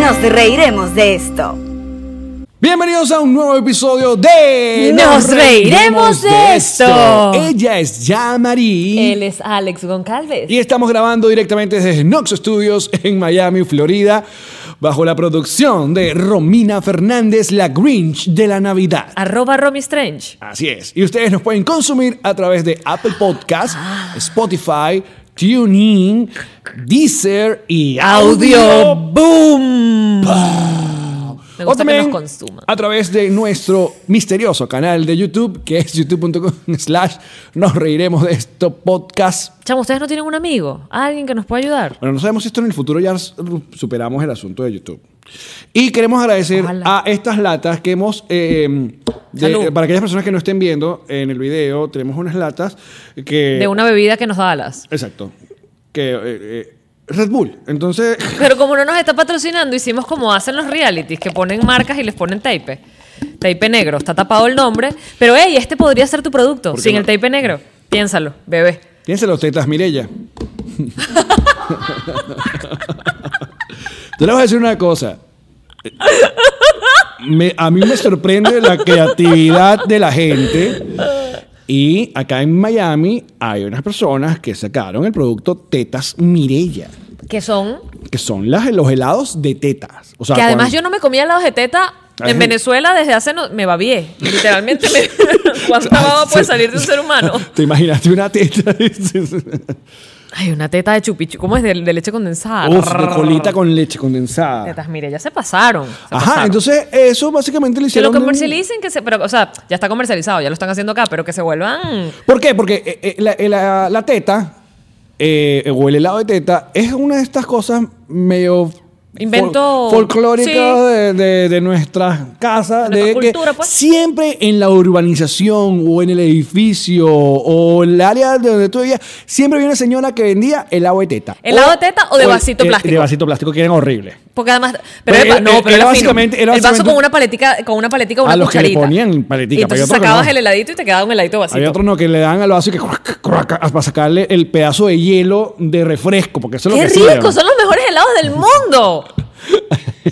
Nos reiremos de esto. Bienvenidos a un nuevo episodio de Nos reiremos de esto. Ella es Yamari Él es Alex Goncalves. y estamos grabando directamente desde Nox Studios en Miami, Florida, bajo la producción de Romina Fernández, la Grinch de la Navidad. Arroba Romy Strange. Así es. Y ustedes nos pueden consumir a través de Apple Podcast, Ah. Spotify, TuneIn, Deezer y Audio Audio Boom. Me O gusta que también nos consuma. a través de nuestro misterioso canal de YouTube, que es youtube.com slash nos reiremos de esto podcast. Chamo, ¿ustedes no tienen un amigo? ¿Alguien que nos pueda ayudar? Bueno, no sabemos si esto en el futuro ya s- superamos el asunto de YouTube. Y queremos agradecer Ojalá. a estas latas que hemos... eh, de- Salud. para aquellas personas que no estén viendo en el video, tenemos unas latas que... De una bebida que nos da alas. Exacto. Que... eh, eh, Red Bull. Entonces... Pero como no nos está patrocinando, hicimos como hacen los realities, que ponen marcas y les ponen tape. Tape negro. Está tapado el nombre. Pero, hey, este podría ser tu producto qué sin no? el tape negro. Piénsalo, bebé. Piénselo los tetas, Mirella. Yo les voy a decir una cosa. Me- a mí me sorprende la creatividad de la gente. Y acá en Miami hay unas personas que sacaron el producto Tetas Mirella, Que son... que son las, los helados de tetas. O sea, que además cuando- yo no me comía helados de teta Ay, en Venezuela desde hace... no- me babié. Literalmente, me... ¿cuánta baba puede salir de un ser humano? ¿Te imaginaste una teta? Ay, una teta de chupichu. ¿Cómo es? De, de leche condensada. Uf, de colita con leche condensada. Tetas, mire, ya se pasaron. se Ajá, pasaron. entonces eso básicamente lo Que hicieron. lo en- comercialicen, que se. Pero, o sea, ya está comercializado, ya lo están haciendo acá, pero que se vuelvan. ¿Por qué? Porque eh, eh, la, eh, la- la teta eh, o el helado de teta es una de estas cosas medio Invento- fol- folclórica Sí. de, de- de nuestras casas. De De, nuestra que cultura, pues. Siempre en la urbanización o en el edificio o en el área de donde tú vivías, siempre había una señora que vendía helado de teta. ¿Helado de teta o de vasito eh, plástico? De vasito plástico, que eran horribles. Porque además. Pero, Pero epa, era- no, pero Pues, eh, era era fino. básicamente- era el vaso básicamente- con una paletica, con una paletica, una A los que le cucharita. ponían paletica, Y pero hay entonces otros que sacabas no. el heladito y te quedaba un heladito vacito. Había otros no que le dan al vaso y que cruac, cruac, para sacarle el pedazo de hielo de refresco, porque eso es lo ¡Qué que hacían. rico! Son los mejores helados del mundo.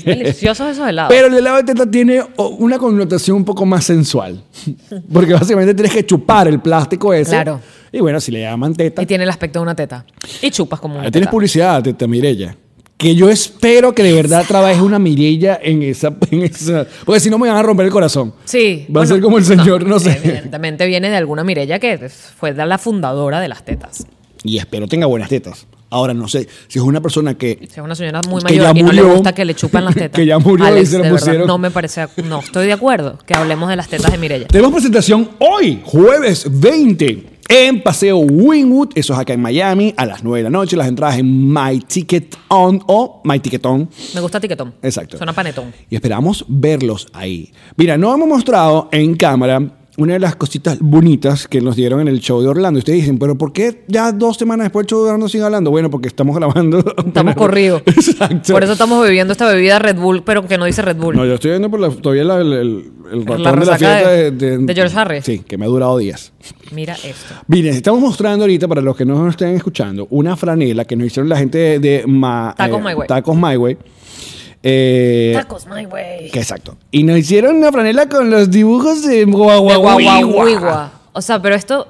Deliciosos esos helados. Pero el helado de teta tiene o- una connotación un poco más sensual. Porque básicamente tienes que chupar el plástico ese. Claro. Y bueno, si le llaman teta. y tiene el aspecto de una teta. Y chupas como una Ahí tienes teta. publicidad, teta Mirella. Que yo espero que de verdad trabajes una Mirella en esa, en esa- Porque si no me van a romper el corazón. Sí. Va a ser como el señor, no, sé. Evidentemente viene de alguna Mirella que fue la fundadora de las tetas. Y espero tenga buenas tetas. Ahora, no sé, si es una persona que. Si es una señora muy Que mayor ya y no le murió. gusta que le chupan las tetas. Que ya murió y se lo de verdad, pusieron. no me parece. ac- No, estoy de acuerdo que hablemos de las tetas de Mirella. Tenemos presentación hoy, jueves 20, en Paseo Winwood. Eso es acá en Miami, a las 9 de la noche. Las entradas en My Ticket On o My Ticket On. Me gusta tiquetón. Exacto. Suena panetón. Y esperamos verlos ahí. Mira, no hemos mostrado en cámara una de las cositas bonitas que nos dieron en el show de Orlando. Ustedes dicen, pero ¿por qué ya dos semanas después el show de Orlando sigue hablando? Bueno, porque estamos grabando. Estamos corridos. Exacto. Por eso estamos bebiendo esta bebida Red Bull, pero que no dice Red Bull. No, yo estoy viendo por la, todavía la- el, el- el La ratón de la resaca fiesta de- de George Harris. Sí, que me ha durado días. Mira esto. Bien, estamos mostrando ahorita, para los que no nos estén escuchando, una franela que nos hicieron la gente de, de Ma- Tacos My Way. Tacos My Way. Eh, Tacos, my way. que exacto. Y nos hicieron una franela con los dibujos de De Guaguaguaguigua. guaguaguigua. O sea, pero esto.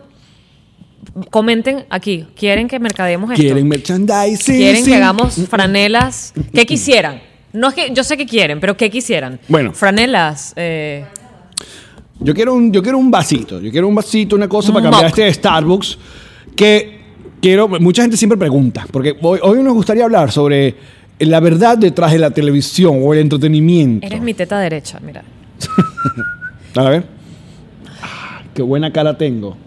Comenten aquí. ¿Quieren que mercadeemos esto? Quieren merchandising. ¿Quieren sí. Mm, que hagamos franelas? ¿Qué quisieran? No es que yo sé que quieren, pero ¿qué quisieran? Bueno. Franelas. eh, Yo quiero un, yo quiero un vasito. Yo quiero un vasito, una cosa Un para cambiar mug. este de Starbucks. Que quiero. Mucha gente siempre pregunta. Porque hoy, hoy nos gustaría hablar sobre la verdad detrás de la televisión o el entretenimiento. eres mi teta derecha, mira. A ver. Ah, qué buena cara tengo.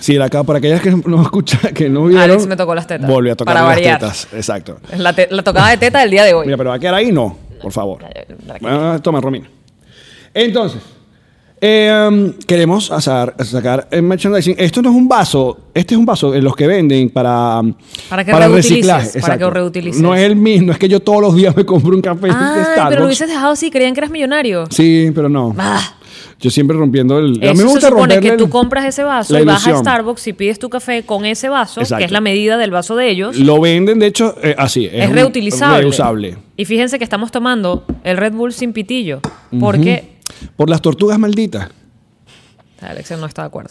Sí, la ca- para aquellas que no escuchan, que no vieron. Alex me tocó las tetas. Volví a tocar Para las variar. tetas. Exacto. Es La, te- la tocada de teta del día de hoy. Mira, pero va a quedar ahí, no, por favor. la- la- Ah, toma, Romina. Entonces, eh, queremos azar- sacar el merchandising. Esto no es un vaso, este es un vaso en los que venden para, Para que reutilices, para exacto. que reutilices. No es el mismo, no es que yo todos los días me compro un café de Ah, Starbucks. pero lo hubieses dejado así, creían que eras millonario. Sí, pero no. Ah. Yo siempre rompiendo el. a mí Eso me gusta se supone romperle que el- tú compras ese vaso la y vas a ilusión. Starbucks y pides tu café con ese vaso, que Exacto. es la medida del vaso de ellos. Lo venden, de hecho, eh, así. es, un- reutilizable. Reusable. Y fíjense que estamos tomando el Red Bull sin pitillo, porque Por las tortugas malditas. Alex no está de acuerdo.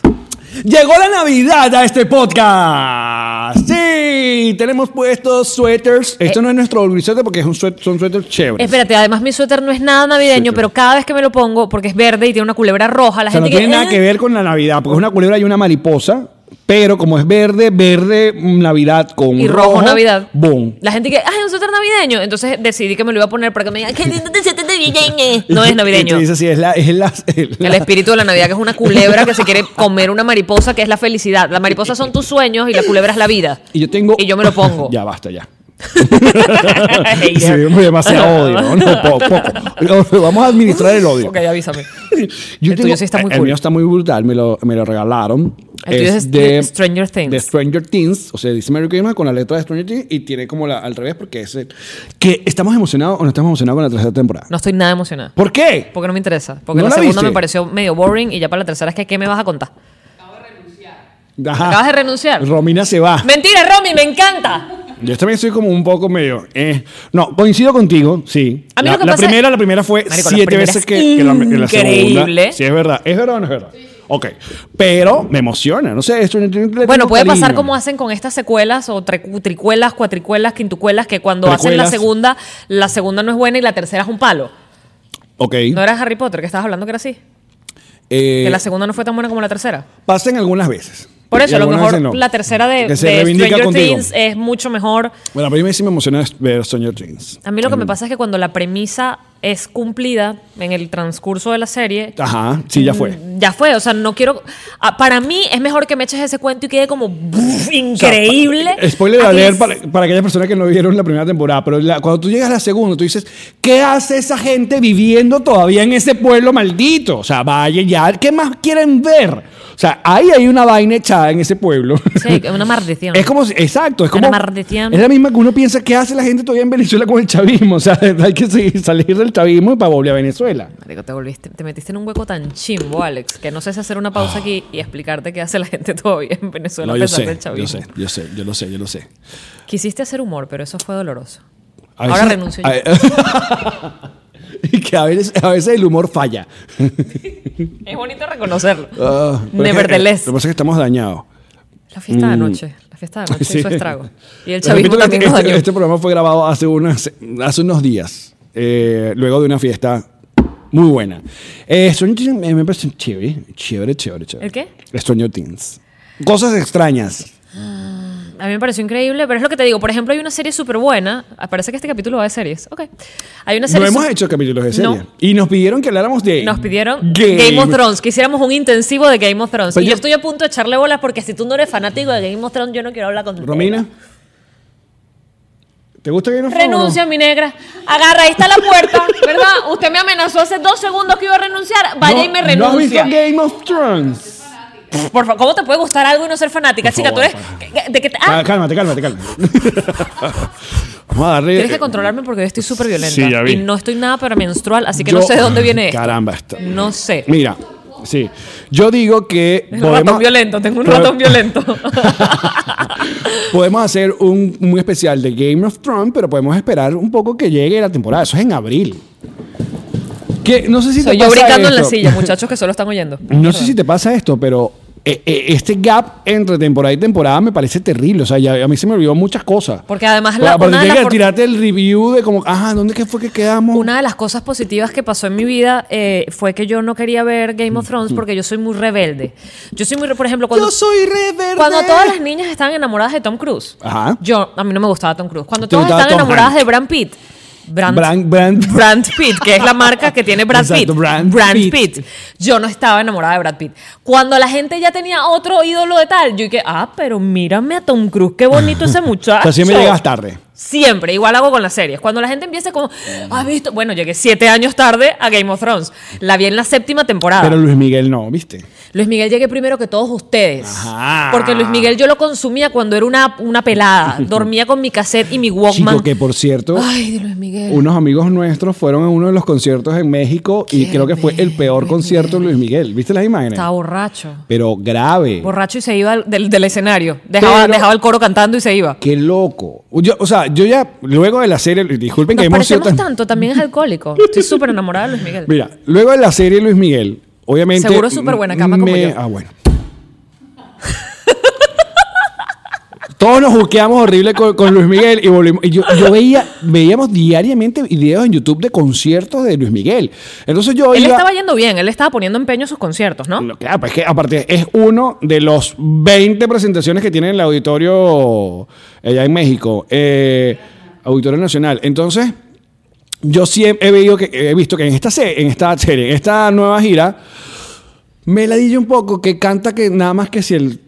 Llegó la Navidad a este podcast. Sí, tenemos puestos suéteres. Eh. Esto no es nuestro suéter porque es un suéter, son suéteres chéveres. Espérate, además mi suéter no es nada navideño, Suéter. pero cada vez que me lo pongo, porque es verde y tiene una culebra roja, la o sea, no gente tiene que, nada "Ah". que ver con la Navidad, porque es una culebra y una mariposa, pero como es verde, verde, mm, Navidad con y rojo, Navidad. Boom. La gente que, ay, un suéter navideño. Entonces decidí que me lo iba a poner para que me digan, qué lindo tu suéter navideño. No es Y tú navideño. dices, sí, es la, es la- es la- El espíritu de la Navidad, que es una culebra que se quiere comer una mariposa, que es la felicidad. La mariposa son tus sueños y la culebra es la vida. Y yo tengo. Y yo me lo pongo. ya basta, ya. Sí, demasiado odio. No, poco, poco. Vamos a administrar el odio. Ok, avísame. Yo El tuyo sí está muy el cool. mío está muy brutal, me lo, me lo regalaron. El tuyo es de Stranger Things. De Stranger Things, o sea, dice Merry Christmas con la letra de Stranger Things y tiene como la al revés porque es el- que estamos emocionados o no estamos emocionados con la tercera temporada. No estoy nada emocionada. ¿Por qué? Porque no me interesa. Porque ¿No la, la segunda viste? me pareció medio boring y ya para la tercera es que ¿qué me vas a contar? Ajá. Acabas de renunciar. Romina se va. Mentira, Romy, me encanta. Yo también soy como un poco medio. eh. No, coincido contigo, sí. A mí la lo que la pasa es- primera, la primera fue Marico, la siete primera veces es que, que la, que la segunda. increíble. Sí, es verdad. ¿Es verdad o no es verdad? Ok. Pero me emociona. No sé, esto Bueno, puede pasar como hacen con estas secuelas o trecu- tricuelas, cuatricuelas, quintucuelas, que cuando hacen la Trecuelas. segunda, la segunda no es buena y la tercera es un palo. Ok. ¿No era Harry Potter que estabas hablando que era así? Eh, que la segunda no fue tan buena como la tercera. Pasen algunas veces. Por eso, Y a lo algunas mejor veces no. la tercera de, Que se de reivindica Stranger contigo. Things es mucho mejor. Bueno, a mí sí me emociona ver Stranger Things. A mí lo que me pasa es que cuando la premisa es cumplida en el transcurso de la serie, Ajá, sí, ya fue. mm, ya fue. O sea, no quiero. ah, Para mí es mejor que me eches ese cuento y quede como buf, increíble. O sea, spoiler a que alert es- para, para aquellas personas que no vieron la primera temporada, pero la- cuando tú llegas a la segunda, tú dices, ¿qué hace esa gente viviendo todavía en ese pueblo maldito? O sea, vaya ya, ¿qué más quieren ver? O sea, ahí hay una vaina echada en ese pueblo. Sí, una maldición. Es como, si- exacto, es como... Una maldición. Es la misma que uno piensa, ¿qué hace la gente todavía en Venezuela con el chavismo? O sea, hay que seguir- salir del chavismo y para volver a Venezuela. Marico, te volviste, te metiste en un hueco tan chimbo, Alex, que no sé si hacer una pausa aquí y explicarte qué hace la gente todavía en Venezuela No, a yo pesar sé, del yo chavismo. sé, yo sé, yo lo sé, yo lo sé. Quisiste hacer humor, pero eso fue doloroso. A Ahora renuncio yo. a- y que a veces, a veces el humor falla. Es bonito reconocerlo. Ah, pero es que- Nevertheless. Lo que pasa es que estamos dañados. La fiesta de anoche. La fiesta de anoche Mm. Sí. hizo estrago. Y el Les repito chavismo que también este, nos dañó. este programa fue grabado hace, unas, hace unos días, eh, luego de una fiesta muy buena. Eh, Stranger Things me, me parece chévere, chévere, chévere, chévere. ¿El qué? Stranger Things. Cosas extrañas. A mí me pareció increíble, pero es lo que te digo. Por ejemplo, hay una serie súper buena. Ah, Parece que este capítulo va de series. Ok. Hay una No serie. hemos su- hecho capítulos de serie. No. Y nos pidieron que habláramos de... Nos pidieron Game, of Thrones, que hiciéramos un intensivo de Game of Thrones. Pero Pues y yo- yo estoy a punto de echarle bolas porque si tú no eres fanático de Game of Thrones, yo no quiero hablar contigo. Romina. ¿Te gusta Game of Thrones? o no? Renuncia, mi negra. Agarra, ahí está la puerta, ¿verdad? Usted me amenazó hace dos segundos que iba a renunciar. Vaya No, y me ¿No has visto renuncia. Game of Thrones? Por favor, ¿cómo te puede gustar algo y no ser fanática, Por chica? favor, tú eres. ¿qué- qué- ¿De qué te- ah, Ah, cálmate, cálmate, cálmate. Vamos a darle. Tienes que controlarme porque yo estoy súper violenta. eh, Sí, ya vi. Y no estoy nada para menstrual, así que Yo- no sé de dónde viene esto. Caramba, esto. No sé. Mira, sí. Yo digo que. Un ratón violento, tengo un ratón violento. podemos hacer un, un especial de Game of Thrones, pero podemos esperar un poco que llegue la temporada. Eso es en abril. Que no sé si Soy te yo pasa brincando en la esto. silla, muchachos que solo están oyendo. No sé si te pasa esto, pero eh, eh, este gap entre temporada y temporada me parece terrible. O sea, ya, a mí se me olvidó muchas cosas. Porque además Porque la, aparte una, de tienes las, que for- tirarte el review de como, ajá, ¿dónde que fue que quedamos? una de las cosas positivas que pasó en mi vida eh, fue que yo no quería ver Game of Thrones porque yo soy muy rebelde. Yo soy muy, re- por ejemplo, cuando, Mm, Yo soy reverde. cuando todas las niñas estaban enamoradas de Tom Cruise, Ajá. yo, a mí no me gustaba Tom Cruise. Cuando ¿Te todas gustaba estaban Tom enamoradas Hanks? de Brad Pitt, Brand, Brand- Brand- Brand Pitt, que es la marca que tiene Brad Exacto, Pitt. Brand Pitt. Yo no estaba enamorada de Brad Pitt. Cuando la gente ya tenía otro ídolo de tal, yo dije, ah, pero mírame a Tom Cruise, qué bonito ese muchacho. O sea, siempre llegas tarde. Siempre, igual hago con las series. Cuando la gente empieza como, ¿has visto? Bueno, llegué siete años tarde a Game of Thrones. La vi en la séptima temporada. Pero Luis Miguel no, ¿viste? Luis Miguel llegué primero que todos ustedes. Ajá. Porque Luis Miguel yo lo consumía cuando era una, una pelada. Dormía con mi cassette y mi Walkman. Chico, que por cierto, Ay, de Luis Miguel. unos amigos nuestros fueron a uno de los conciertos en México y creo que fue el peor concierto de Luis Miguel. ¿Viste las imágenes? Estaba borracho. Pero grave. Borracho y se iba del, del escenario. Dejaba, Pero- dejaba el coro cantando y se iba. Qué loco. Yo- o sea, yo ya, luego de la serie, disculpen que Nos hemos sido parecemos tan- tanto, también es alcohólico. Estoy súper enamorada de Luis Miguel. Mira, luego de la serie Luis Miguel, obviamente. Seguro súper buena cama como yo. Ah, bueno. Todos nos buqueamos horrible con, con Luis Miguel y volvimos. y yo, yo veía, veíamos diariamente videos en YouTube de conciertos de Luis Miguel. Entonces yo él iba. estaba yendo bien, él estaba poniendo empeño a sus conciertos, ¿no? Lo que- ah, pues que aparte es uno de los 20 presentaciones que tiene en el auditorio allá en México, eh, Auditorio Nacional. Entonces, yo sí he, he veído que, he visto que en esta, se- en esta serie, en esta nueva gira, me la dije un poco que canta que nada más que si el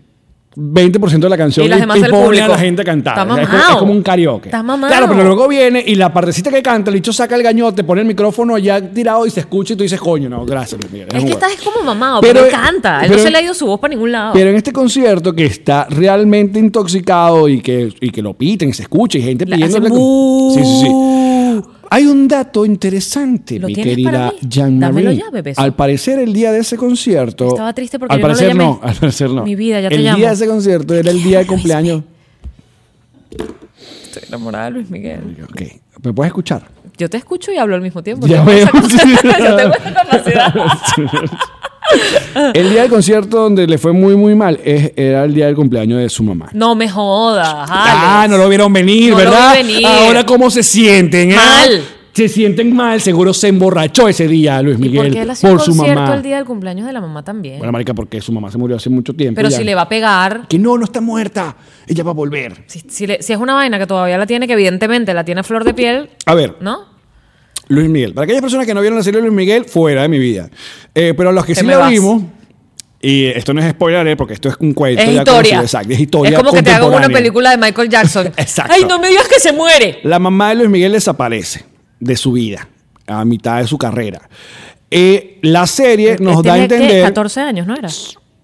20% de la canción Y las demás del pone público. a la gente a cantar. Está O sea, es, mamado. como, es como un karaoke. Está mamado. Claro, pero luego viene y la partecita que canta, el bicho saca el gañote, pone el micrófono ya tirado y se escucha y tú dices, coño, no, gracias, Luis Miguel. Es un que huevo". estás como mamado, Pero- pero, él canta. Él pero- no se le ha ido su voz para ningún lado. Pero en este concierto que está realmente intoxicado y que, y que lo piten, se escucha y gente Le pidiéndole. hacen "Bú". Sí, sí, sí. Hay un dato interesante, ¿Lo mi tienes querida para mí? Jean Dámelo Marie. ya, bebeso. al parecer, el día de ese concierto. Estaba triste porque Al yo no lo parecer llamé. al parecer no. Mi vida, ya te El llamo. día de ese concierto era el día de cumpleaños. Estoy enamorada de Luis Miguel. Ok, ¿me puedes escuchar? Yo te escucho y hablo al mismo tiempo. Ya Yo tengo esa veo. capacidad. Yo tengo esa capacidad. Ah. El día del concierto donde le fue muy, muy mal es- era el día del cumpleaños de su mamá. No me jodas. Ah, Alex. no lo vieron venir, No lo ¿verdad? vi venir. Ahora, ¿cómo se sienten? ah? Mal. Se sienten mal, seguro se emborrachó ese día Luis ¿Y Miguel por qué él hace por un su concierto mamá. el día del cumpleaños de la mamá también? Bueno, marica, porque su mamá se murió hace mucho tiempo. pero ya. si le va a pegar, Que no, no está muerta. Ella va a volver. si, si le- si es una vaina que todavía la tiene, que evidentemente la tiene a flor de piel, A ver, ¿no? Luis Miguel. Para aquellas personas que no vieron la serie de Luis Miguel, fuera de mi vida. Eh, pero los que Te sí me la vas. vimos, y esto no es spoiler, eh, porque esto es un cuento. es ya historia. conocido, exacto, es historia. Es como que te hago una contemporánea. película de Michael Jackson. Exacto. Ay, no me digas que se muere. La mamá de Luis Miguel desaparece de su vida a mitad de su carrera. Eh, la serie nos Él da a tenía, ¿qué? entender. 14 años, ¿no era?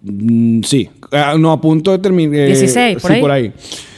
Mm, sí, Ah, no a punto de terminar. 16, por ahí.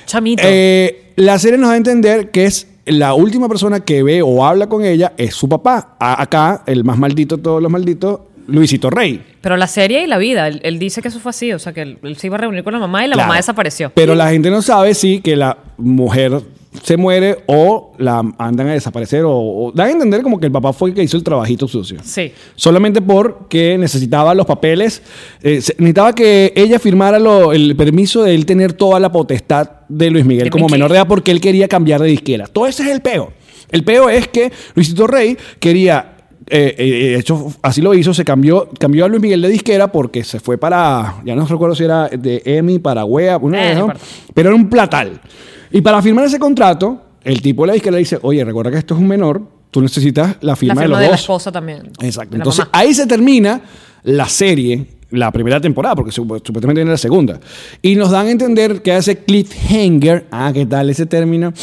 Chamito. Eh, la serie nos da a entender que es la última persona que ve o habla con ella es su papá. A- acá, el más maldito de todos los malditos, Luisito Rey. Pero la serie y la vida, él, él dice que eso fue así, o sea, que él, él se iba a reunir con la mamá y la Claro. mamá desapareció. Pero la gente no sabe si que la mujer se muere o la andan a desaparecer o, o- dan a entender como que el papá fue el que hizo el trabajito sucio. Sí. Solamente porque necesitaba los papeles, eh, se- necesitaba que ella firmara lo- el permiso de él tener toda la potestad de Luis Miguel De como Mickey. menor de edad porque él quería cambiar de disquera. Todo ese es el peo. El peo es que Luisito Rey quería, eh, eh, de hecho así lo hizo, se cambió, cambió a Luis Miguel de disquera porque se fue para, ya no recuerdo si era de EMI, Paraguay, una Eh, de no esas, importa. pero era un platal. Y para firmar ese contrato, el tipo de la disquera le dice, oye, recuerda que esto es un menor, tú necesitas la la firma, firma de de la los dos. esposa también. Exacto. de la Entonces mamá. ahí se termina la serie, la primera temporada, porque sup- supuestamente viene la segunda. Y nos dan a entender que hace cliffhanger, ah, ¿qué tal ese término?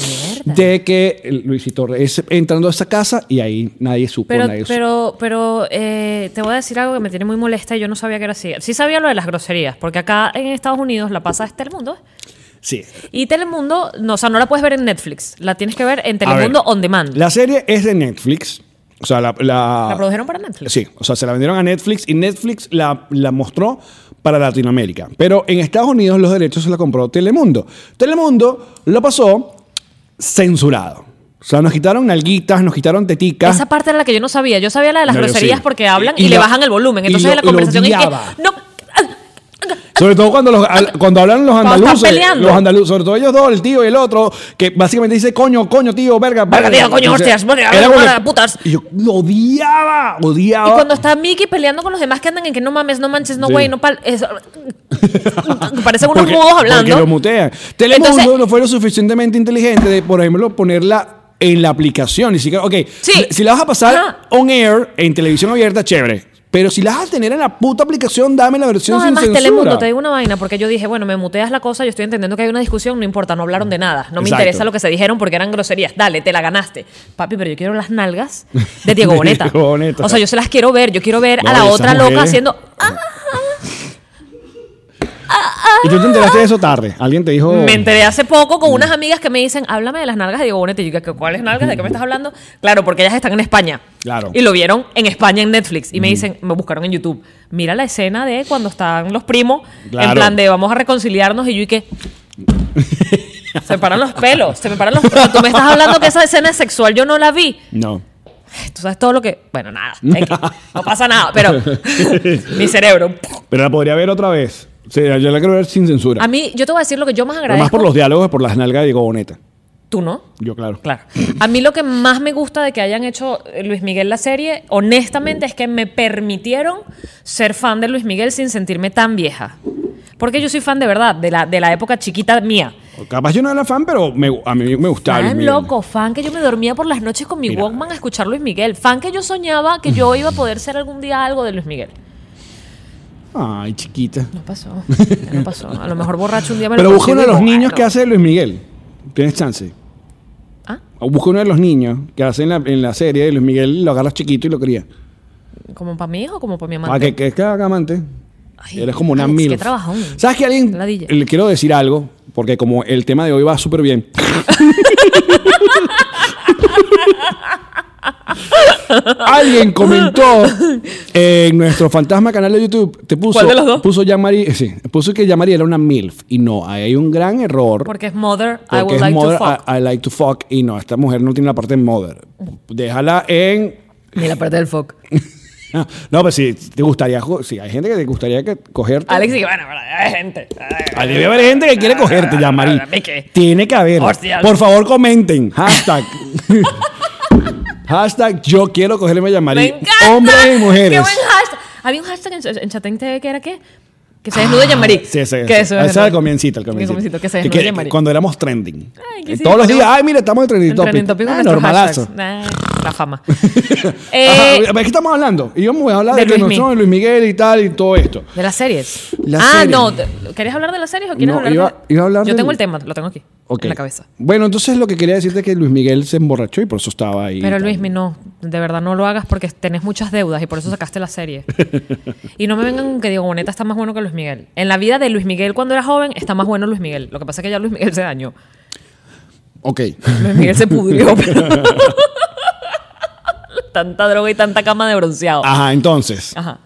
De que el Luisito Rey es entrando a esa casa y ahí nadie supo, Pero, nadie supo. pero, pero eh, te voy a decir algo que me tiene muy molesta y yo no sabía que era así. Sí sabía lo de las groserías, porque acá en Estados Unidos la pasa es Telemundo. Sí. Y Telemundo, no, o sea, no la puedes ver en Netflix, la tienes que ver en A ver, Telemundo On Demand. La, La serie es de Netflix. O sea, la, la- produjeron para Netflix. Sí, o sea, se la vendieron a Netflix y Netflix la, la mostró para Latinoamérica. Pero en Estados Unidos los derechos se la compró Telemundo. Telemundo lo pasó censurado. O sea, nos quitaron nalguitas, nos quitaron teticas. Esa parte era la que yo no sabía. Yo sabía la de las No, yo groserías sí. porque hablan y, Y le lo- bajan el volumen. y Entonces lo- la y lo conversación es que, odiaba. no, Sobre todo cuando, los, al- cuando hablan los Cuando están andaluces. peleando. Los andaluces, sobre todo ellos dos, el tío y el otro, que básicamente dice coño, coño, tío, verga, Verga, tío, coño, hostias, verga, era como verga, que- putas. Y yo lo odiaba, odiaba. Y cuando está Mickey peleando con los demás que andan en que no mames, no manches, no Sí. güey, no pal. es- parecen unos Porque- Porque mudos lo hablando. mutean. Telemundo Entonces- no fue lo suficientemente inteligente de, por ejemplo, poner la en la aplicación. Ni siquiera, ok, Sí. si la vas a pasar Ajá. on air en televisión abierta, chévere. Pero si la vas a tener en la puta aplicación, dame la versión No, sin además censura. Telemundo, te digo una vaina, porque yo dije, bueno, me muteas la cosa, yo estoy entendiendo que hay una discusión, no importa, no hablaron de nada, no me Exacto. interesa lo que se dijeron porque eran groserías, dale, te la ganaste. Papi, pero yo quiero las nalgas de Diego De Boneta. Diego Boneta. O sea, yo se las quiero ver, yo quiero ver No, a la esa otra mujer loca es- haciendo... ¡Ah! Y tú te enteraste de eso tarde. Alguien te dijo. Me enteré hace poco Mm. con unas amigas que me dicen, háblame de las nalgas de Diego Boneta. Y yo, "¿Qué- ¿cuáles nalgas? ¿De qué me estás hablando? Claro, porque ellas están en España. Claro. Mm. Y lo vieron en España en Netflix. Y me dicen, me buscaron en YouTube. Mira la escena de cuando están los primos, Claro. en plan de vamos a reconciliarnos. Y yo, ¿y qué? Se me paran los pelos, se me paran los pelos. Tú me estás hablando que esa escena es sexual, yo no la vi. No. Tú sabes todo lo que. Bueno, nada. X. No pasa nada, pero. mi cerebro. Pero la podría ver otra vez. O sea, yo la quiero ver sin censura. A mí, yo te voy a decir lo que yo más Pero agradezco. más por los diálogos, por las nalgas de Diego Boneta. Tú no. Yo, claro. Claro. A mí lo que más me gusta de que hayan hecho eh, Luis Miguel la serie, honestamente, es que me permitieron ser fan de Luis Miguel sin sentirme tan vieja. Porque yo soy fan de verdad, de la, de la época chiquita mía. O Capaz yo no era fan, pero me- a mí me gustaba. Luis Fan Miguel. loco, fan que yo me dormía por las noches con mi Mira. Walkman a escuchar Luis Miguel. Fan que yo soñaba que yo iba a poder ser algún día algo de Luis Miguel. Ay, chiquita. No pasó, ya no pasó. A lo mejor borracho un día me Pero lo busca uno de los consigo y digo, niños que "Bueno". hace Luis Miguel. Tienes chance. ¿Ah? O Busca uno de los niños que hace en la, en la serie de Luis Miguel, lo agarras chiquito y lo cría. ¿Como para mi hijo o como para mi amante? Ah, que, que es que haga amante. Ay, Eres como una Alex, qué mil. trabajón. ¿Sabes que alguien? Eh, Ladilla. Le quiero decir algo, porque como el tema de hoy va súper bien. alguien comentó en nuestro fantasma canal de YouTube, te puso, ¿Cuál de los dos? puso Yamari, sí, puso que Yamari era una MILF. Y no, ahí hay un gran error. Porque es mother, I Porque would es like mother, ah, to fuck. I, I like to fuck. Y no, esta mujer no tiene la parte de mother. Déjala en. Ni la parte del fuck. No, no, pero si te gustaría. jo- Si hay gente que te gustaría que cogerte. Alex dice, bueno, bueno, hay gente. Eh, Ah, Debe haber gente que quiere cogerte, ya, Mari. Mickey. Tiene que haber. Hostia. Por favor, comenten. Hashtag. Hashtag yo quiero cogerme a Me Yamari. encanta. Hombres y Qué mujeres. buen hashtag. Había un hashtag en, en Chatén TV que era qué? Que se desnude Yamarí. Ah, Sí, sí. Que sí. eso Ese es era el comiencito, el comiencito. Que se Que- desnude que- Yamarí. Cuando éramos trending. Ay, que sí, Todos los tenemos- días. Ay, mira, estamos en trending En topic. Trending Topic con Ah, nuestros normalazo. hashtags. Nah, la fama. Ajá, Eh, ¿de qué estamos hablando? Y yo me voy a hablar de de, que Luis nosotros, de Luis Miguel y tal y todo esto. de las series. Las ah, series. no. te- ¿Querías hablar de las series o quieres No, hablar iba- de.? iba a hablar Yo del- tengo el tema, lo tengo aquí. Ok. En la cabeza. Bueno, entonces lo que quería decirte es que Luis Miguel se emborrachó y por eso estaba ahí. Pero y tal. Luismi, no, de verdad no lo hagas porque tenés muchas deudas y por eso sacaste la serie. y no me vengan con que Diego Boneta está más bueno que Luis Miguel. En la vida de Luis Miguel cuando era joven está más bueno Luis Miguel. Lo que pasa es que ya Luis Miguel se dañó. Ok. Luis Miguel se pudrió. pero- tanta droga y tanta cama de bronceado. Ajá, entonces. Ajá.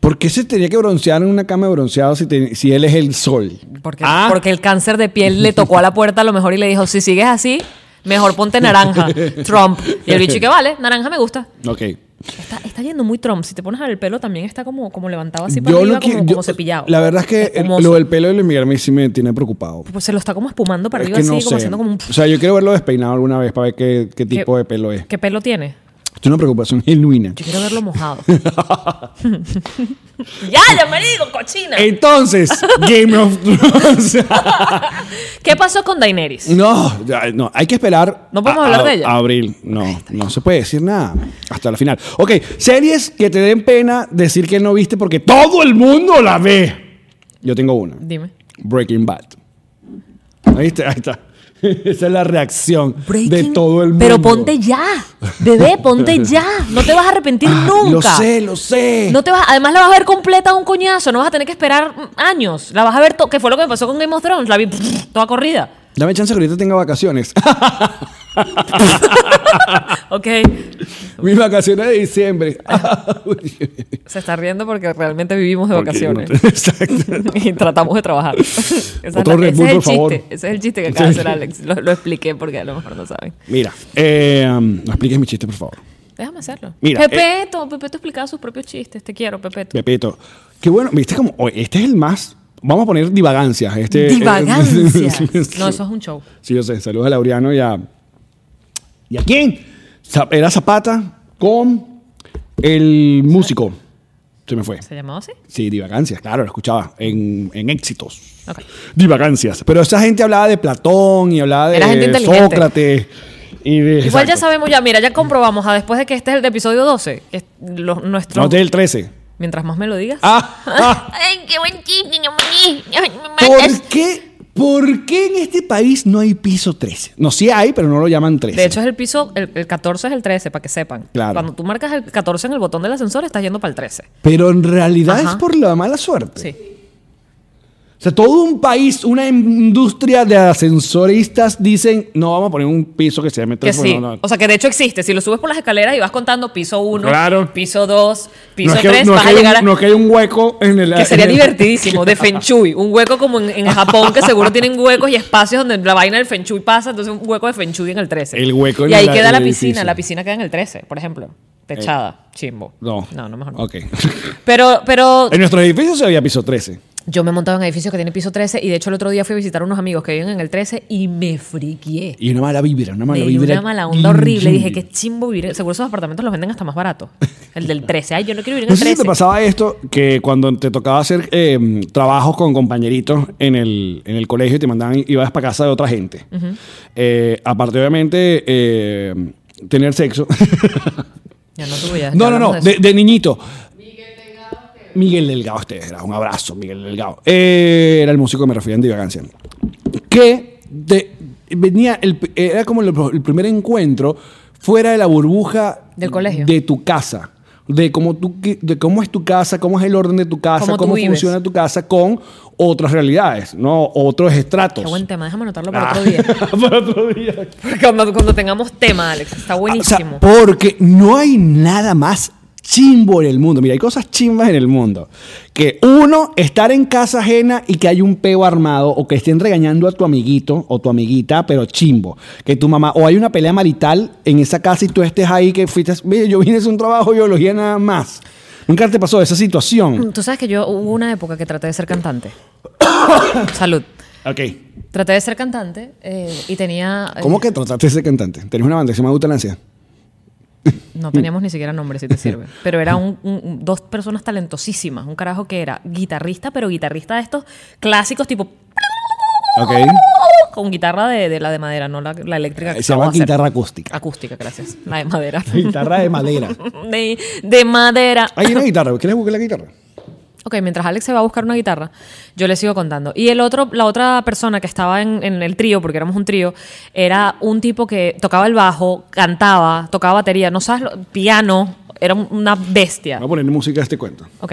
¿Por qué se tenía que broncear en una cama de bronceado si, te- si él es el sol? Porque, Ah, porque el cáncer de piel le tocó a la puerta a lo mejor y le dijo, si sigues así, mejor ponte naranja, Trump. Y el bicho y que vale, naranja me gusta. Ok. Está, está yendo muy Trump. Si te pones a ver el pelo también está como, como levantado así para Yo arriba, no qui- como, yo- como cepillado. La verdad es que el- Espumoso. lo del pelo de Luis Miguel a mí sí me tiene preocupado. Pues se lo está como espumando para Es arriba que así, no como sé. haciendo como un... O sea, yo quiero verlo despeinado alguna vez para ver qué, qué tipo de pelo es. ¿Qué pelo tiene? Esto es una preocupación genuina. Yo quiero verlo mojado. ya, ya me digo, cochina. Entonces, Game of Thrones. ¿Qué pasó con Daenerys? no, ya, no, hay que esperar. No podemos a- hablar a- de ella. a abril, no, no se puede decir nada hasta la final. Ok, series que te den pena decir que no viste porque todo el mundo la ve. Yo tengo una. Dime. Breaking Bad. ¿Ahí está? Ahí está. Esa es la reacción de todo el mundo. Pero ponte ya. Bebé, ponte ya. No te vas a arrepentir nunca. Ah, Lo sé, lo sé. No te vas, además la vas a ver completa un coñazo, no vas a tener que esperar mm, años. La vas a ver, to- que fue lo que me pasó con Game of Thrones, la vi pff, toda corrida. Dame chance que ahorita tenga vacaciones. Ok, Mis vacaciones de diciembre. se está riendo porque realmente vivimos de Porque vacaciones. no te- Exacto. y tratamos de trabajar. Esa es Otro la- Red Bull, por ese es el favor. chiste, ese es el chiste que acaba de hacer Alex. Lo, lo expliqué porque a lo mejor no saben. Mira, eh, um, no expliques mi chiste, por favor. Déjame hacerlo. Mira, eh, Pepeto, Pepeto explicaba sus propios chistes. Te quiero, Pepeto. Pepito. Qué bueno, viste como, oye, este es el más. Vamos a poner divagancias. Este, Divagancias. no, eso es un show. Sí, yo sé. Saludos a Laureano y a. ¿Y a quién? Za- Era Zapata con el músico. Se me fue. ¿Se llamaba así? Sí, divagancias, claro, lo escuchaba en, en éxitos. Ok. Divagancias. Pero esa gente hablaba de Platón y hablaba de Era gente inteligente. Sócrates. Y de- Igual ya exacto. sabemos, ya, mira, ya comprobamos, a después de que este es el de episodio 12, es lo- nuestro... No, este del 13. Mientras más me lo digas. Ah, ah, Ay, qué buen chiste, no mames. Ay, me matas. ¿por, qué, ¿Por qué en este país no hay piso 13? No, sí hay, pero no lo llaman 13. De hecho, es el piso, el, el 14 es el 13, para que sepan. Claro. Cuando tú marcas el 14 en el botón del ascensor, estás yendo para el 13. pero en realidad Ajá. es por la mala suerte. Sí. O sea, todo un país, una em-, industria de ascensoristas dicen, no vamos a poner un piso que se llame Que 13. sí. no, no. O sea, que de hecho existe. Si lo subes por las escaleras y vas contando piso 1, Claro. piso 2, piso No es que- 3, no es vas que a hay un- llegar a... No es que hay un hueco en el... Que sería en el- divertidísimo, de Feng Shui. Un hueco como en, en Japón, que seguro tienen huecos y espacios donde la vaina del Feng Shui pasa, entonces un hueco de Feng Shui en el 13. El hueco en Y ahí la- queda la el piscina, edificio. Eh, la piscina queda en el 13, por ejemplo. Techada, chimbo. No. No, no, mejor no. Ok. Pero, pero en nuestros edificios se había piso 13. yo me he montado en edificios que tienen piso 13 y de hecho el otro día fui a visitar a unos amigos que viven en el 13 y me friquié. Y una mala vibra, una Me mala dio vibra. una mala onda horrible. Dije, qué No chimbo vivir. en- Seguro esos apartamentos los venden hasta más barato. El del 13. Ay, yo no quiero vivir sé en el si 13. te pasaba esto, que cuando te tocaba hacer eh, trabajos con compañeritos en el, en el colegio y te mandaban, ibas para casa de otra gente. Eh, aparte, obviamente, eh, tener sexo. Ya no tuve ya. No, no, ya no, hablamos de de, eso. de niñito. Miguel Delgado Esteves. era un abrazo, Miguel Delgado. Eh, era el músico que me refería en divagancia. Que de- venía, el- era como el, el primer encuentro fuera de la burbuja Del colegio. de tu casa. De cómo, tú, qui- de cómo es tu casa, cómo es el orden de tu casa, Cómo cómo, tú vives. funciona tu casa con otras realidades, ¿no? Otros estratos. Qué buen tema. Déjame anotarlo Ah. para otro día. Para otro día. Porque cuando, cuando tengamos tema, Alex, está buenísimo. Ah, O sea, porque no hay nada más chimbo en el mundo. Mira, hay cosas chimbas en el mundo. Que uno, estar en casa ajena y que hay un peo armado o que estén regañando a tu amiguito o tu amiguita, pero chimbo. Que tu mamá, o hay una pelea marital en esa casa y tú estés ahí que fuiste, mire, yo vine a hacer un trabajo, yo biología nada más. Nunca te pasó esa situación. Tú sabes que yo hubo una época que traté de ser cantante. Salud. Ok. Traté de ser cantante eh, y tenía. eh, ¿Cómo que trataste de ser cantante? Tenés una banda que se llama Eutanasia. No teníamos ni siquiera nombre, si te sirve. Pero era un- un- un- dos personas talentosísimas. Un carajo que era guitarrista, pero guitarrista de estos clásicos, tipo Ok. con guitarra de, de la de madera, no la, la eléctrica. que Eh, Se acabo llama de hacer. guitarra acústica. Acústica, gracias. La de madera. Guitarra de madera. de, de madera. Hay una guitarra. ¿Quieres buscar la guitarra? Ok, mientras Alex se va a buscar una guitarra, yo le sigo contando. Y el otro, la otra persona que estaba en, en el trío, porque éramos un trío, era un tipo que tocaba el bajo, cantaba, tocaba batería, no sabes, lo- piano, era un- una bestia. Voy a poner música a este cuento. Ok.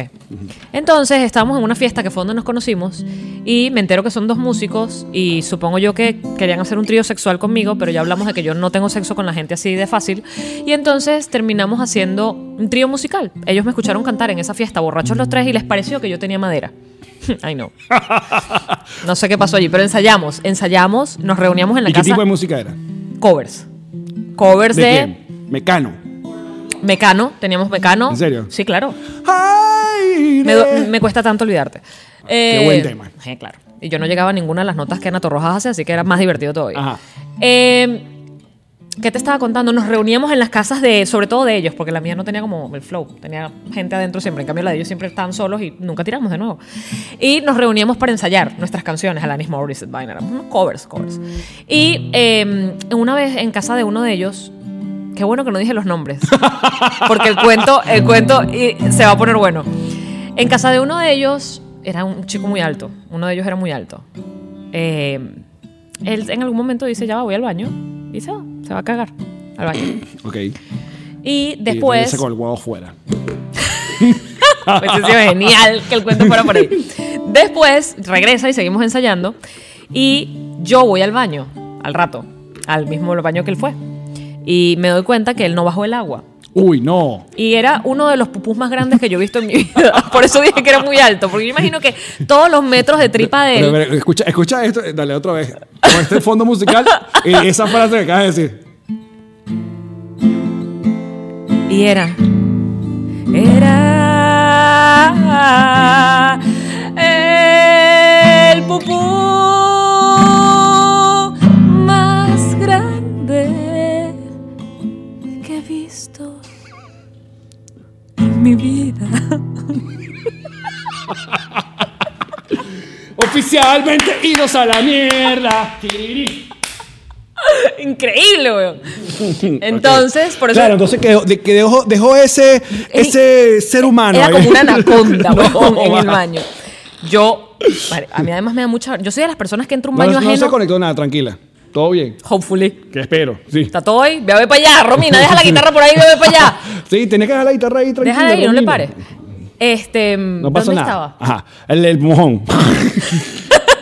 Entonces estábamos en una fiesta que fue donde nos conocimos y me entero que son dos músicos y supongo yo que querían hacer un trío sexual conmigo, pero ya hablamos de que yo no tengo sexo con la gente así de fácil. Y entonces terminamos haciendo un trío musical. Ellos me escucharon cantar en esa fiesta, borrachos los tres, y les pareció que yo tenía madera. Ay, no. No sé qué pasó allí, pero ensayamos, ensayamos, nos reuníamos en la ¿Y qué casa. tipo de música era? Covers. Covers de, quién? Mecano. Mecano, teníamos Mecano. ¿En serio? Sí, claro. Ay, Me, do- me cuesta tanto olvidarte. Eh, buen tema. eh, claro. Y yo no llegaba a ninguna de las notas que Ana Torrojas hace, así que era más divertido todavía. Ajá. Eh, ¿Qué te estaba contando? Nos reuníamos en las casas de, sobre todo de ellos, porque la mía no tenía como el flow, tenía gente adentro siempre, en cambio la de ellos siempre estaban solos y nunca tiramos de nuevo. Y nos reuníamos para ensayar nuestras canciones, Alanis Morissette, Vine, éramos unos covers, covers. Y eh, una vez en casa de uno de ellos, qué bueno que no dije los nombres, porque el cuento, el cuento y se va a poner bueno. En casa de uno de ellos, era un chico muy alto, uno de ellos era muy alto. Eh, él en algún momento dice, ya va, voy al baño. Y se va, se va a cagar al baño. Ok. Y Y después... sacó el huevo fuera. Hubiese sido genial que el cuento fuera por ahí. Después regresa y seguimos ensayando. Y yo voy al baño, al rato, al mismo baño que él fue. Y me doy cuenta que él no bajó el agua. Uy, no. Y era uno de los pupús más grandes que yo he visto en mi vida. Por eso dije que era muy alto. Porque yo imagino que todos los metros de tripa de Pero, él. pero, escucha, escucha esto, eh, dale otra vez. Con este fondo musical y esa frase que acabas de decir. Y era. Era. El pupú más grande que he visto en mi vida. Oficialmente idos a la mierda. Tirirí. Increíble, weón. Entonces, por eso. Claro, entonces quedó- de- que dejó, dejó ese, ese ser humano. Era ahí. como una anaconda No, huevón, en el va. baño. Yo, vale, a mí además me da mucha. Yo soy de las personas que entro a un No, baño no ajeno. se conectó nada, tranquila. Todo bien. Hopefully. Que espero. Sí. Está todo ahí. Ve a ver para allá, Romina. Deja la guitarra por ahí, ve a ver para allá. Sí, tenés que dejar la guitarra ahí tranquila. Deja de ahí, no le Romina. pares. Este, No pasa ¿dónde nada. Ajá. El, el mojón. estaba?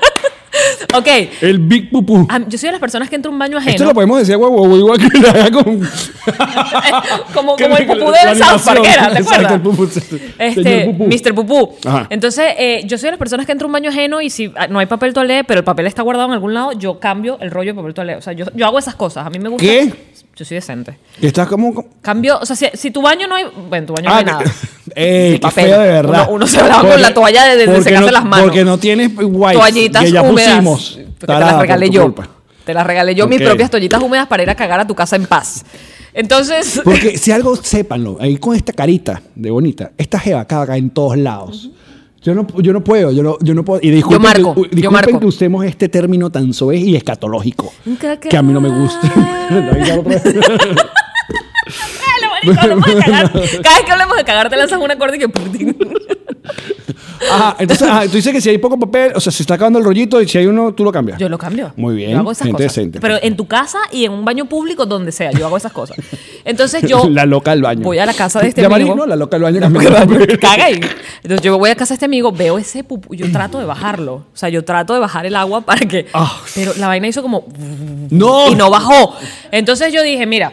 Ok. El Big Pupú. a- Yo soy de las personas que entro a un baño Esto ajeno. lo podemos decir a huevo, huevo, igual que la haga con. como, que como el la- la pupú de South animación. Park era, ¿te acuerdas? Exacto, el pupú. Este, Señor pupú. Mr. Pupú. Ajá. Entonces, eh, yo soy de las personas que entro a un baño ajeno y si ah, no hay papel toalé, pero el papel está guardado en algún lado, yo cambio el rollo de papel toalé. O sea, yo, yo hago esas cosas. A mí me gusta. ¿Qué? Yo soy decente. Estás como. Cambio, o sea, si, si tu baño no hay. Bueno, tu baño no hay que- nada. Ey, Sin qué feo de verdad. Uno, uno se lava con Porque- la toalla de, de porque secarse no- las manos. Porque no tienes wipes. toallitas que ya húmedas. pusimos. porque te Tarada, las por regalé tu yo. culpa. Te las regalé yo Ok. mis propias toallitas húmedas para ir a cagar a tu casa en paz. Entonces, Porque si algo, sépanlo, ahí con esta carita de bonita, esta jeva caga en todos lados. Yo no, yo no puedo, yo no, yo no puedo. Y disculpen, Yo marco, que, u- yo disculpen marco. que usemos este término tan soez y escatológico, que a mí no me gusta. No, ya lo probé. Dale, marico, hablemos de cagar. Cada vez que hablemos de cagar, te lanzas un acorde que Putin. Ajá, entonces, ajá, tú dices que si hay poco papel, o sea, se está acabando el rollito y si hay uno, tú lo cambias. Yo lo cambio. Muy bien, Yo hago esas gente cosas. decente. Pero en tu casa y en un baño público, donde sea, yo hago esas cosas. Entonces yo. La loca al baño. Voy a la casa de este Llamarí, amigo. ¿no? La loca al baño. Caga ahí. Entonces yo voy a casa de este amigo, veo ese pupú, yo trato de bajarlo. O sea, yo trato de bajar el agua para que. Ah. Pero la vaina hizo como. No. Y no bajó. Entonces yo dije, mira,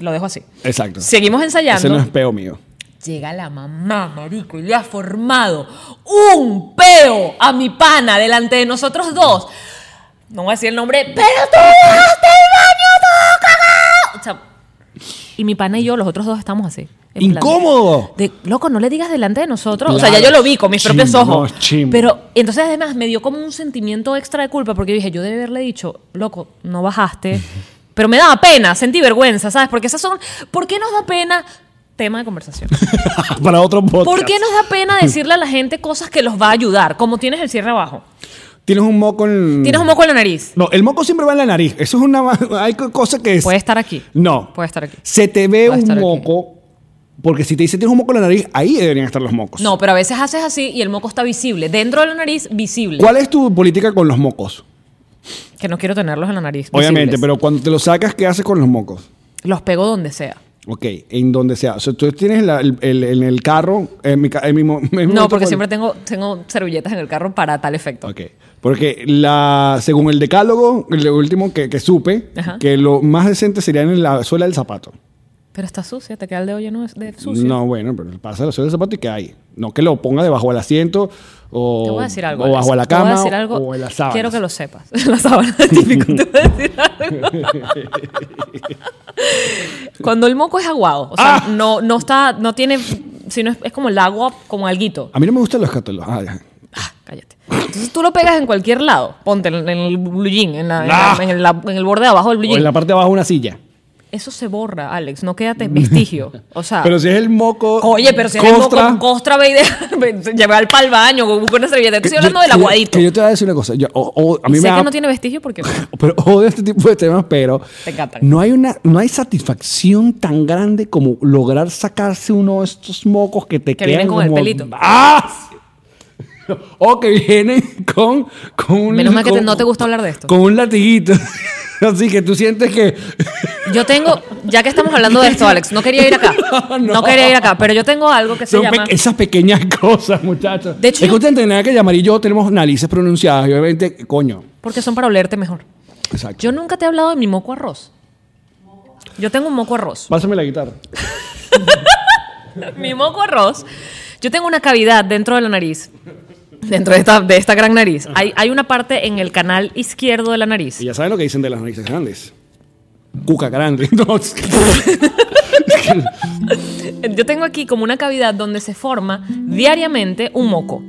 lo dejo así. Exacto. Seguimos Ese ensayando. no es peo mío. Llega la mamá, marico, y le ha formado un peo a mi pana delante de nosotros dos. No voy a decir el nombre, pero tú dejaste el baño todo cagado. O sea, y mi pana y yo, los otros dos estamos así. en plan ¡Incómodo! de, loco, no le digas delante de nosotros. O sea, Claro. ya yo lo vi con mis Chimbo, propios ojos. no, chimbo. Pero entonces además me dio como un sentimiento extra de culpa porque yo dije, yo debí haberle dicho, loco, no bajaste. Pero me daba pena, sentí vergüenza, ¿sabes? Porque esas son... ¿Por qué nos da pena? Tema de conversación. Para otro podcast. ¿Por qué nos da pena decirle a la gente cosas que los va a ayudar? Como tienes el cierre abajo. Tienes un moco en. Tienes un moco en la nariz. No, el moco siempre va en la nariz. Eso es una. Hay co- cosa que es. Puede estar aquí. No. Puede estar aquí. Se te ve Puede estar un aquí. moco. Porque si te dice tienes un moco en la nariz, ahí deberían estar los mocos. No, pero a veces haces así y el moco está visible. Dentro de la nariz, visible. ¿Cuál es tu política con los mocos? Que no quiero tenerlos en la nariz. Obviamente, visibles. pero cuando te los sacas, ¿qué haces con los mocos? Los pego donde sea. Ok, en donde sea. O sea, tú tienes la- el, el- en el carro, en mi, ca- en mi mo- en mi No, moto, porque con- siempre tengo, tengo servilletas en el carro para tal efecto. Ok. Porque la, según el decálogo, el último que, que supe, Ajá. que lo más decente sería en la suela del zapato. Pero está sucia, te queda el dedo lleno de de sucio. No, bueno, pero pasa la suela del zapato y queda ahí. No que lo ponga debajo del asiento o, Te voy a decir algo. o Alex. bajo la Te voy a cama decir algo. o en la sábana. Quiero que lo sepas. En la sábana es típico. Te voy a decir algo. Cuando el moco es aguado, o sea, Ah. no, no está, no tiene, sino es, es como el agua, como alguito. A mí no me gustan los católicos. Ah, ya. Ah, cállate. Entonces tú lo pegas en cualquier lado. Ponte en, en el blue jean, en, la- en la- Ah. en el, la- en el borde de abajo del blue o en la jean. parte de abajo de una silla. Eso se borra, Alex. No quédate vestigio. O sea. Pero si es el moco. Oye, pero si eres mm, costra, con costra, ve y de- llevar pa'l baño, busca una servilleta. Estoy que- hablando del que- aguadito. Que yo te voy a decir una cosa. Yo, o- o- a mí sé me que da- no tiene vestigio porque pero odio este tipo de temas, pero Te encantan. no hay una no hay satisfacción tan grande como lograr sacarse uno de estos mocos que te Que quedan vienen con el como- pelito. ¡Ah! O que vienen con, con un menos mal que te- con- no te gusta hablar de esto. con un latiguito. Así que tú sientes que Yo tengo, ya que estamos hablando de esto, Alex, no quería ir acá. No, No. quería ir acá, pero yo tengo algo que se son pe- llama. esas pequeñas cosas, muchachos. De hecho, es que yo- ustedes tendrán que llamar y yo tenemos narices pronunciadas y obviamente, coño. Porque son para olerte mejor. Exacto. Yo nunca te he hablado de mi moco arroz. Yo tengo un moco arroz. Pásame la guitarra. mi moco arroz, yo tengo una cavidad dentro de la nariz. Dentro de esta, de esta gran nariz. Hay, hay una parte en el canal izquierdo de la nariz. Y ya saben lo que dicen de las narices grandes. Cuca grande. No, es que- eh, Yo tengo aquí como una cavidad donde se forma diariamente un moco.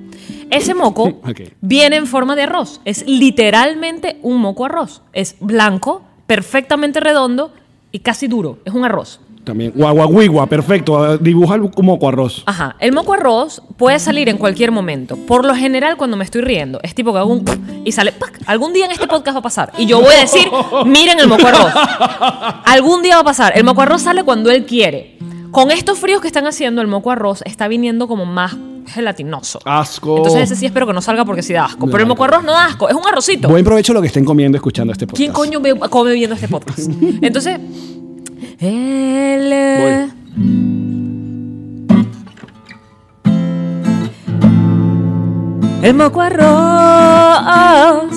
Ese moco Ok. viene en forma de arroz. Es literalmente un moco arroz. Es blanco, perfectamente redondo y casi duro. Es un arroz. También. Guaguaguigua, perfecto. Dibuja el- como cuarros. Ajá, el moco arroz puede salir en cualquier momento. Por lo general, cuando me estoy riendo, es tipo que hago un... y sale... ¡pac! Algún día en este podcast va a pasar. Y yo voy a decir, miren el moco arroz. Algún día va a pasar. El moco arroz sale cuando él quiere. Con estos fríos que están haciendo, el moco arroz está viniendo como más gelatinoso. Asco. Entonces ese sí espero que no salga porque sí da asco. Ah, oh. No, Pero el no. moco arroz no da asco, es un arrocito. Buen provecho lo que estén comiendo escuchando este podcast. ¿Quién coño ve- come viendo este podcast? Entonces, el, eh, el moco arroz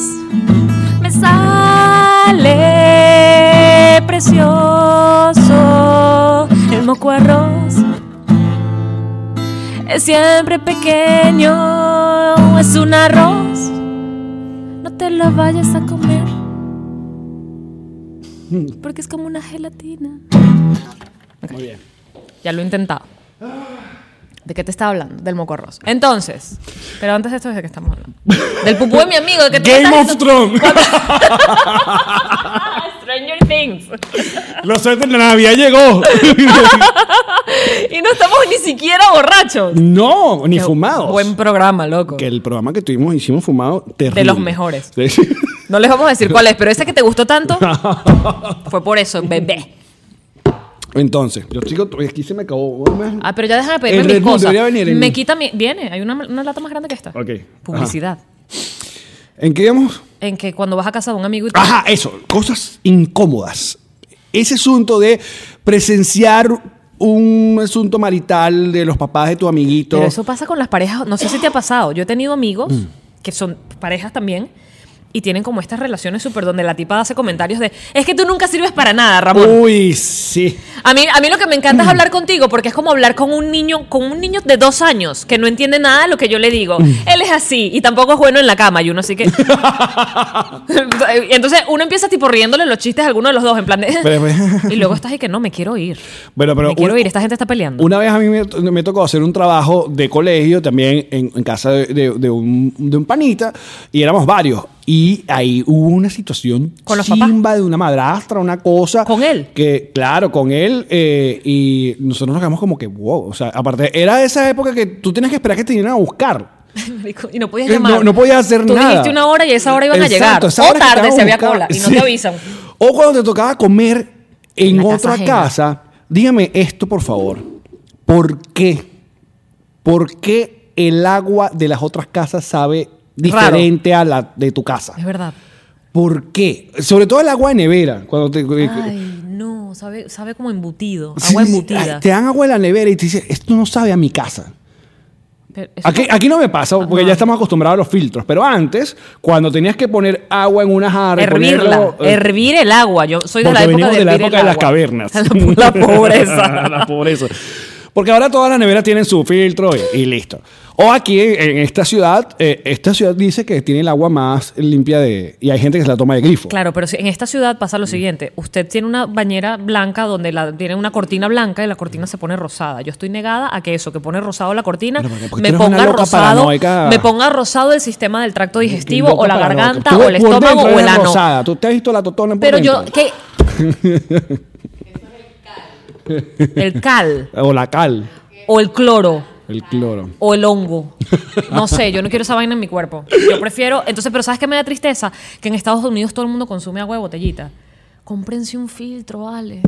me sale precioso. El moco arroz es siempre pequeño, es un arroz. No te lo vayas a comer. Porque es como una gelatina. Muy bien. Ya lo he intentado. ¿De qué te estaba hablando? Del moco arroz. Entonces, pero antes de esto, ¿de qué estamos hablando? Del pupú de mi amigo. ¿de qué te Game estás- of Thrones. Stranger Things. Los suerte de la Navidad llegó. Y no estamos ni siquiera borrachos. no, ni fumados. Buen programa, loco. que el programa que tuvimos hicimos fumado terrible. De los mejores. Sí. No les vamos a decir cuál es, pero ese que te gustó tanto fue por eso, bebé. Entonces, yo chico, aquí se me acabó. Ah, pero ya deja de pedirme El mis Red Bull cosas. debería venir en- Me quita mi... Viene, hay una, una lata más grande que esta. Ok, ajá. Publicidad. ¿En qué íbamos? En que cuando vas a casa de un amigo y te- Ajá, eso, cosas incómodas. Ese asunto de presenciar un asunto marital de los papás de tu amiguito. Pero eso pasa con las parejas. No sé si te ha pasado. Yo he tenido amigos Mm. que son parejas también y tienen como estas relaciones súper donde la tipa hace comentarios de es que tú nunca sirves para nada, Ramón. Uy, sí. A mí, a mí lo que me Mm. encanta es hablar contigo porque es como hablar con un niño, con un niño de dos años que no entiende nada de lo que yo le digo. Mm. Él es así y tampoco es bueno en la cama y uno así que. Entonces uno empieza tipo riéndole los chistes a alguno de los dos en plan de. Pero- y luego estás y que no, me quiero ir. Bueno, pero me quiero un- ir, esta gente está peleando. Una vez a mí me, me tocó hacer un trabajo de colegio también en, en casa de, de- de un, de un panita y éramos varios. Y ahí hubo una situación ¿Con los chimba de una madrastra, una cosa. ¿Con él? Que, claro, con él. eh, y nosotros nos quedamos como que, wow. O sea, aparte, era esa época que tú tienes que esperar que te vinieran a buscar. Marico, y no podías Eh, llamar. No, no podías hacer Tú nada. dijiste una hora y a esa hora iban Exacto, a llegar. esa O hora que tarde estaban si había buscando. cola y no Sí. te avisan. O cuando te tocaba comer en En la casa otra ajena. casa. Dígame esto, por favor. ¿Por qué? ¿Por qué el agua de las otras casas sabe Raro. diferente a la de tu casa? Es verdad. ¿Por qué? Sobre todo el agua de nevera. Cuando te, Ay, no, sabe, sabe como embutido. Agua Sí, embutida. Te dan agua de la nevera y te dicen, esto no sabe a mi casa. Pero eso- Aquí, aquí no me pasa, porque Ajá. ya estamos acostumbrados a los filtros. Pero antes, cuando tenías que poner agua en una jarra, y Hervirla, ponerlo, eh, hervir el agua. Yo soy de Porque la época venimos de, de, la hervir época el de las agua. cavernas. La, la pobreza. la pobreza. Porque ahora todas las neveras tienen su filtro y, y listo. O aquí en, en esta ciudad, eh, esta ciudad dice que tiene el agua más limpia de. Y hay gente que se la toma de grifo. Claro, pero si- en esta ciudad pasa Mm. lo siguiente. Usted tiene una bañera blanca donde la, tiene una cortina blanca y la cortina se pone rosada. Yo estoy negada a que eso, que pone rosado la cortina, Pero porque- porque me tú eres una ponga loca rosado, paranoica. me ponga rosado el sistema del tracto digestivo Loca o la para loca. garganta Tú o ves el por estómago dentro o el eres ano. rosada. Tú te has visto la totona por Pero yo, dentro? ¿qué? el cal, O la cal, o el cloro, el cloro. o el hongo. No sé, yo no quiero esa vaina en mi cuerpo. Yo prefiero. Entonces, pero ¿sabes qué me da tristeza? Que en Estados Unidos todo el mundo consume agua de botellita. Cómprense un filtro, vale.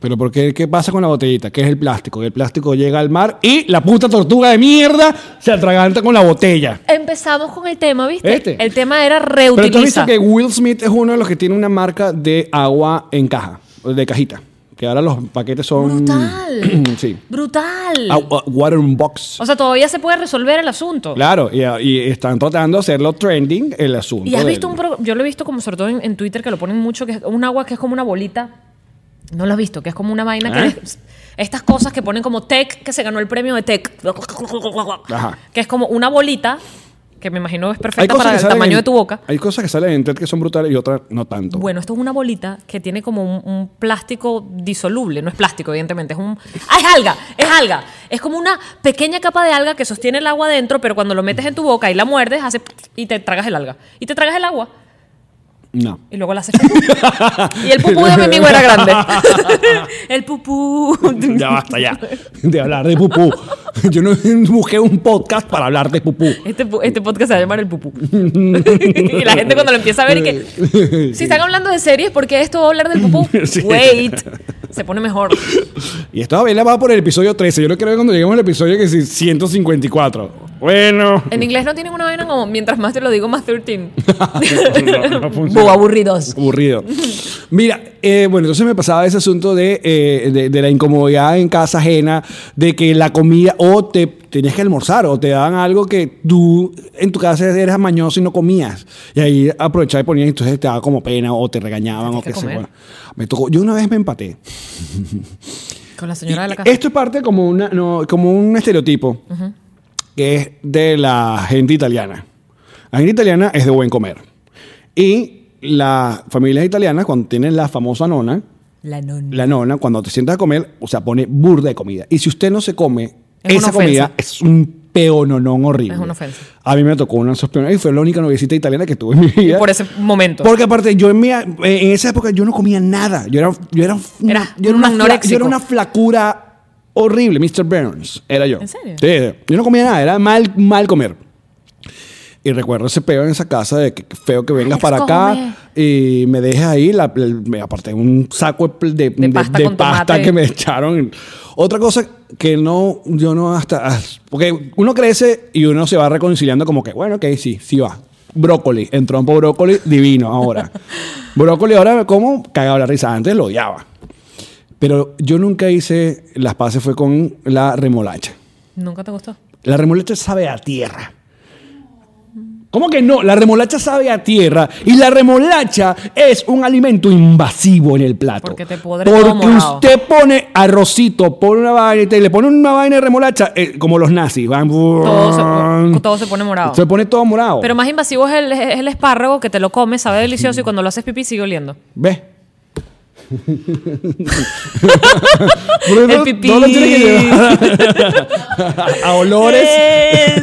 Pero ¿por qué, ¿qué pasa con la botellita? Que es el plástico. El plástico llega al mar y la puta tortuga de mierda se atraganta con la botella. Empezamos con el tema, ¿viste? Este. El tema era Pero tú has reutiliza. visto que Will Smith es uno de los que tiene una marca de agua en caja, de cajita. Que ahora los paquetes son. Brutal. sí. Brutal. Agua- water in box. O sea, todavía se puede resolver el asunto. Claro, y, uh, y están tratando de hacerlo trending el asunto. Y has del- visto un pro- yo lo he visto como sobre todo en, en Twitter que lo ponen mucho, que es un agua que es como una bolita. No lo has visto, que es como una vaina ¿Ah? que estas cosas que ponen como tech, que se ganó el premio de tech. Ajá. Que es como una bolita, que me imagino es Hay perfecta cosas para que el salen tamaño en- de tu boca. Hay cosas que salen en TED que son brutales y otras no tanto. Bueno, esto es una bolita que tiene como un, un plástico disoluble. No es plástico, evidentemente. Es un. ¡Ah, es alga! ¡Es alga! Es como una pequeña capa de alga que sostiene el agua dentro, pero cuando lo metes en tu boca y la muerdes, hace. y te tragas el alga. Y te tragas el agua. No. Y luego la hace. y el pupú de mi amigo era grande. el pupú. Ya basta ya de hablar de pupú. Yo no busqué un podcast para hablar de pupú. Este, pu- este podcast se va a llamar El Pupú. y la gente cuando lo empieza a ver y que. Si están hablando de series, ¿por qué esto va a hablar del pupú? Sí. Wait. Se pone mejor. Y esto Abela va por el episodio 13. Yo lo creo que cuando lleguemos al episodio que sí, 154. Bueno. En inglés no tienen una vaina como mientras más te lo digo, más 13. No, no funciona. Bu, aburridos. Aburrido. Mira, eh, bueno, entonces me pasaba ese asunto de, eh, de, de la incomodidad en casa ajena, de que la comida o te tenías que almorzar o te daban algo que tú en tu casa eras mañoso y no comías. Y ahí aprovechaba y ponías, entonces te daba como pena o te regañaban o Tenías que qué sé comer. yo. Me tocó, yo una vez me empaté. Con la señora de la casa. Esto es parte como, una, no, como un estereotipo que es de la gente italiana. La gente italiana es de buen comer. Y las familias italianas, cuando tienen la famosa nona, La nona. la nona, cuando te sientas a comer, o sea, pone burda de comida. Y si usted no se come Es una esa ofensa. comida, es un peononón horrible. Es una ofensa. A mí me tocó una de esos peonones y fue la única noviecita italiana que tuve en mi vida. Por ese momento. Porque aparte, yo en, mi- eh, en esa época yo no comía nada. Yo era, yo era, una, Era yo era una un fla- anoréxico. yo era una flacura horrible, Mr. Burns. Era yo. ¿En serio? Sí, yo no comía nada, era mal, mal comer. Y recuerdo ese peo en esa casa de que, que feo que vengas para acá y me dejes ahí. La, el- me aparté un saco de, pl- de- de- de pasta, pasta con tomate. que me echaron. Otra cosa que no, yo no hasta. Porque uno crece y uno se va reconciliando como que, bueno, ok, sí, sí va. Brócoli, en trompo brócoli, divino ahora. brócoli ahora, como Cagaba la risa. Antes lo odiaba. Pero yo nunca hice las paces fue con la remolacha. ¿Nunca te gustó? La remolacha sabe a tierra. ¿Cómo que no? La remolacha sabe a tierra y la remolacha es un alimento invasivo en el plato. Porque te podre todo Porque morado. usted pone arrocito, pone una vaina y le pone una vaina de remolacha, eh, como los nazis, van Todo se, todo se pone morado. Se pone todo morado. Pero más invasivo es el, es el espárrago que te lo comes, sabe delicioso y cuando lo haces pipí sigue oliendo. ¿Ves? El pipí. No lo tiene que llevar a olores.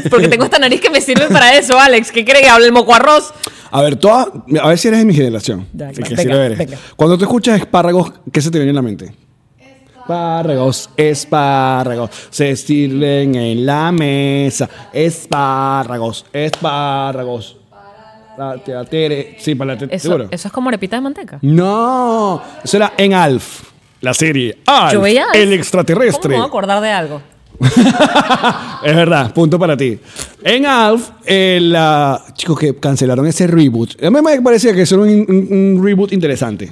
Yes, Porque tengo esta nariz que me sirve para eso, Alex. ¿Qué cree que hable el moco arroz? A ver, toda, a ver si eres de mi generación. Dale, Sí, que venga, sí lo eres. venga. Cuando tú escuchas espárragos, ¿qué se te viene a la mente? Espárragos, espárragos, se sirven en la mesa. Espárragos, espárragos. La- te- la tere- Sí, para la tere- Eso, seguro. eso es como arepita de manteca. No, eso era en Alf, la serie. Alf, Yo veía. el ¿Cómo extraterrestre. me voy a acordar de algo? es verdad, punto para ti. En Alf, eh, la- chicos, que cancelaron ese reboot. A mí me parecía que eso era un, un- un reboot interesante.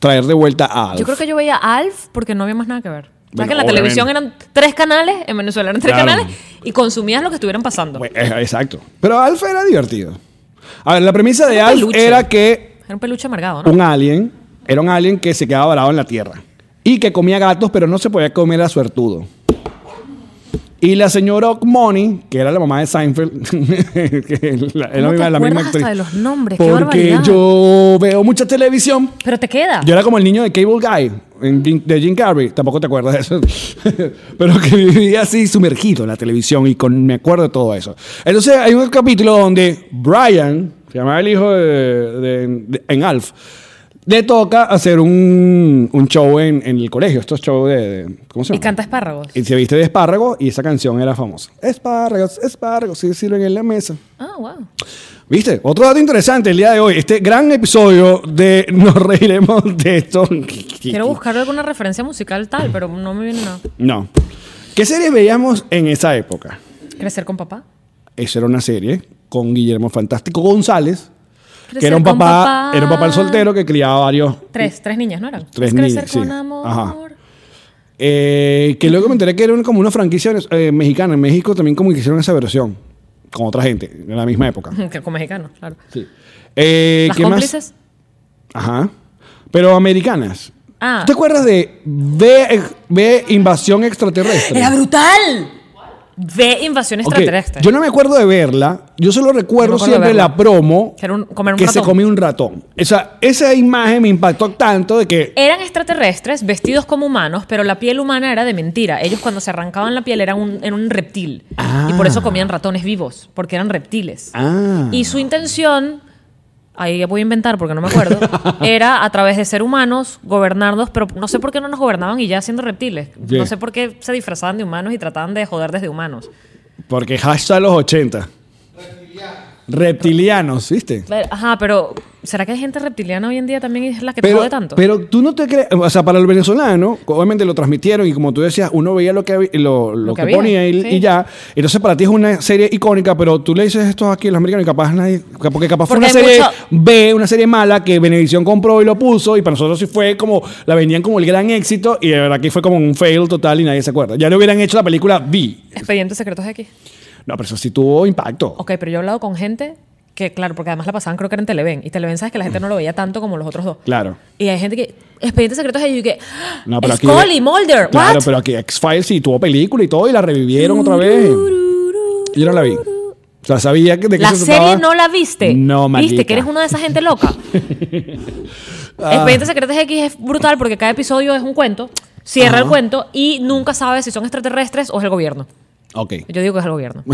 Traer de vuelta a Alf. Yo creo que yo veía Alf porque no había más nada que ver. O sea, Bueno, que en la obviamente. televisión eran tres canales, en Venezuela eran tres Claro. canales y consumías lo que estuvieran pasando. Bueno, eh, exacto. Pero Alf era divertido. A ver, la premisa de Era Alf peluche. era que Era un peluche amargado, ¿no? un alien, era un alien que se quedaba varado en la Tierra y que comía gatos, pero no se podía comer a suertudo. Y la señora Ockmoney, que era la mamá de Seinfeld, que la, era ¿Cómo la te misma acuerdas actriz. hasta de los nombres? ¡Qué Porque barbaridad! yo veo mucha televisión. Pero te queda. Yo era como el niño de Cable Guy, en Jim- de Jim Carrey, tampoco te acuerdas de eso, pero que vivía así sumergido en la televisión y con, me acuerdo de todo eso. Entonces hay un capítulo donde Brian, se llamaba el hijo de, de- de- en Alf, le toca hacer un, un show en, en el colegio, estos shows de, de- ¿cómo se y llama? canta espárragos. Y se viste de espárrago y esa canción era famosa. Espárragos, espárragos, se sirven en la mesa. Ah, wow. ¿Viste? Otro dato interesante el día de hoy. Este gran episodio de Nos reiremos de esto. Quiero buscar alguna referencia musical tal, pero no me viene nada. No. ¿Qué serie veíamos en esa época? Crecer con papá. Esa era una serie con Guillermo Fantástico González, Crecer que era un con papá, era un papá soltero que criaba varios. Tres, tres niñas, ¿no eran? Tres Es Crecer niñas, con sí. amor. Ajá. eh, que luego me enteré que era como una franquicia eh, mexicana. En México también como que hicieron esa versión. Con otra gente, en la misma época. Que con mexicanos, claro. Sí. Eh, Las ¿qué más? cómplices. Ajá. Pero americanas. Ah. ¿Te acuerdas de B, B invasión extraterrestre? ¡Era brutal! Ve invasión Ok, extraterrestre. Yo no me acuerdo de verla. Yo solo recuerdo Yo me acuerdo de siempre verla. la promo Que era un- comer un que se ratón. comía un ratón. O sea, esa imagen me impactó tanto de que Eran extraterrestres vestidos como humanos, pero la piel humana era de mentira. Ellos cuando se arrancaban la piel eran un, eran un reptil. Ah. Y por eso comían ratones vivos, porque eran reptiles. Ah. Y su intención ahí ya voy a inventar porque no me acuerdo, era a través de ser humanos, gobernarnos, pero no sé por qué no nos gobernaban y ya siendo reptiles. Yeah. No sé por qué se disfrazaban de humanos y trataban de joder desde humanos. Porque hashtag los 80. Reptilianos, ¿viste? Claro, Ajá, pero ¿será que hay gente reptiliana hoy en día también y es la que Pero, jode tanto? pero tú no te crees, o sea, para el venezolano, obviamente lo transmitieron y como tú decías, uno veía lo que, hab- lo, lo Lo que, que había, ponía y, sí. y ya. Entonces para ti es una serie icónica, pero tú le dices esto aquí a los americanos y capaz nadie, porque capaz fue Porque una hay serie mucho- B, una serie mala que Venevisión compró y lo puso y para nosotros sí fue como, la vendían como el gran éxito y de verdad que fue como un fail total y nadie se acuerda. Ya le hubieran hecho la película B. Expedientes secretos X. No, pero eso sí tuvo impacto. Ok, pero yo he hablado con gente que, claro, porque además la pasaban creo que era en Televen. Y Televen sabes que la gente no lo veía tanto como los otros dos. Claro. Y hay gente que... Expedientes secretos X y que... No, pero aquí- Scully, Mulder, Claro, what? pero aquí X-Files sí tuvo película y todo y la revivieron otra vez. Yo no la vi. O sea, sabía que- de qué La se serie trataba. no la viste. No, maldita. Viste que eres una de esa gente loca. Ah. Expedientes Secretos X es brutal porque cada episodio es un cuento, cierra el cuento y nunca sabes si son extraterrestres o es el gobierno. Ok. Yo digo que es el gobierno.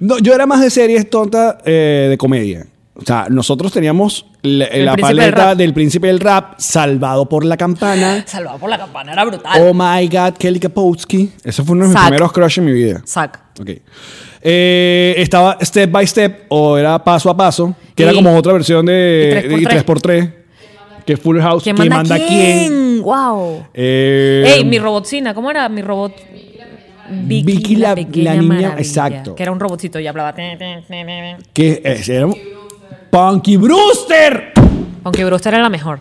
No, yo era más de series tontas eh, de comedia. O sea, nosotros teníamos la, El la príncipe del paleta rap. del príncipe del rap, Salvado por la Campana, Salvado por la campana, era brutal. Oh My God, Kelly Kapowski. Ese fue uno de mis Zac. primeros crush en mi vida. Sac. Ok. Eh, estaba Step by Step o era Paso a Paso, que era Y- como otra versión de y y 3x3. 3x3, que es Full House. ¿Quién manda, a quién? ¡Wow! Eh, Ey, mi robotcina, ¿cómo era mi robot? Vicky, Vicky la- pequeña la niña, maravilla, exacto. Que era un robotcito y hablaba. "Tin, tin, tin, tin". que es- era un- Punky Brewster. Aunque Brewster era la mejor.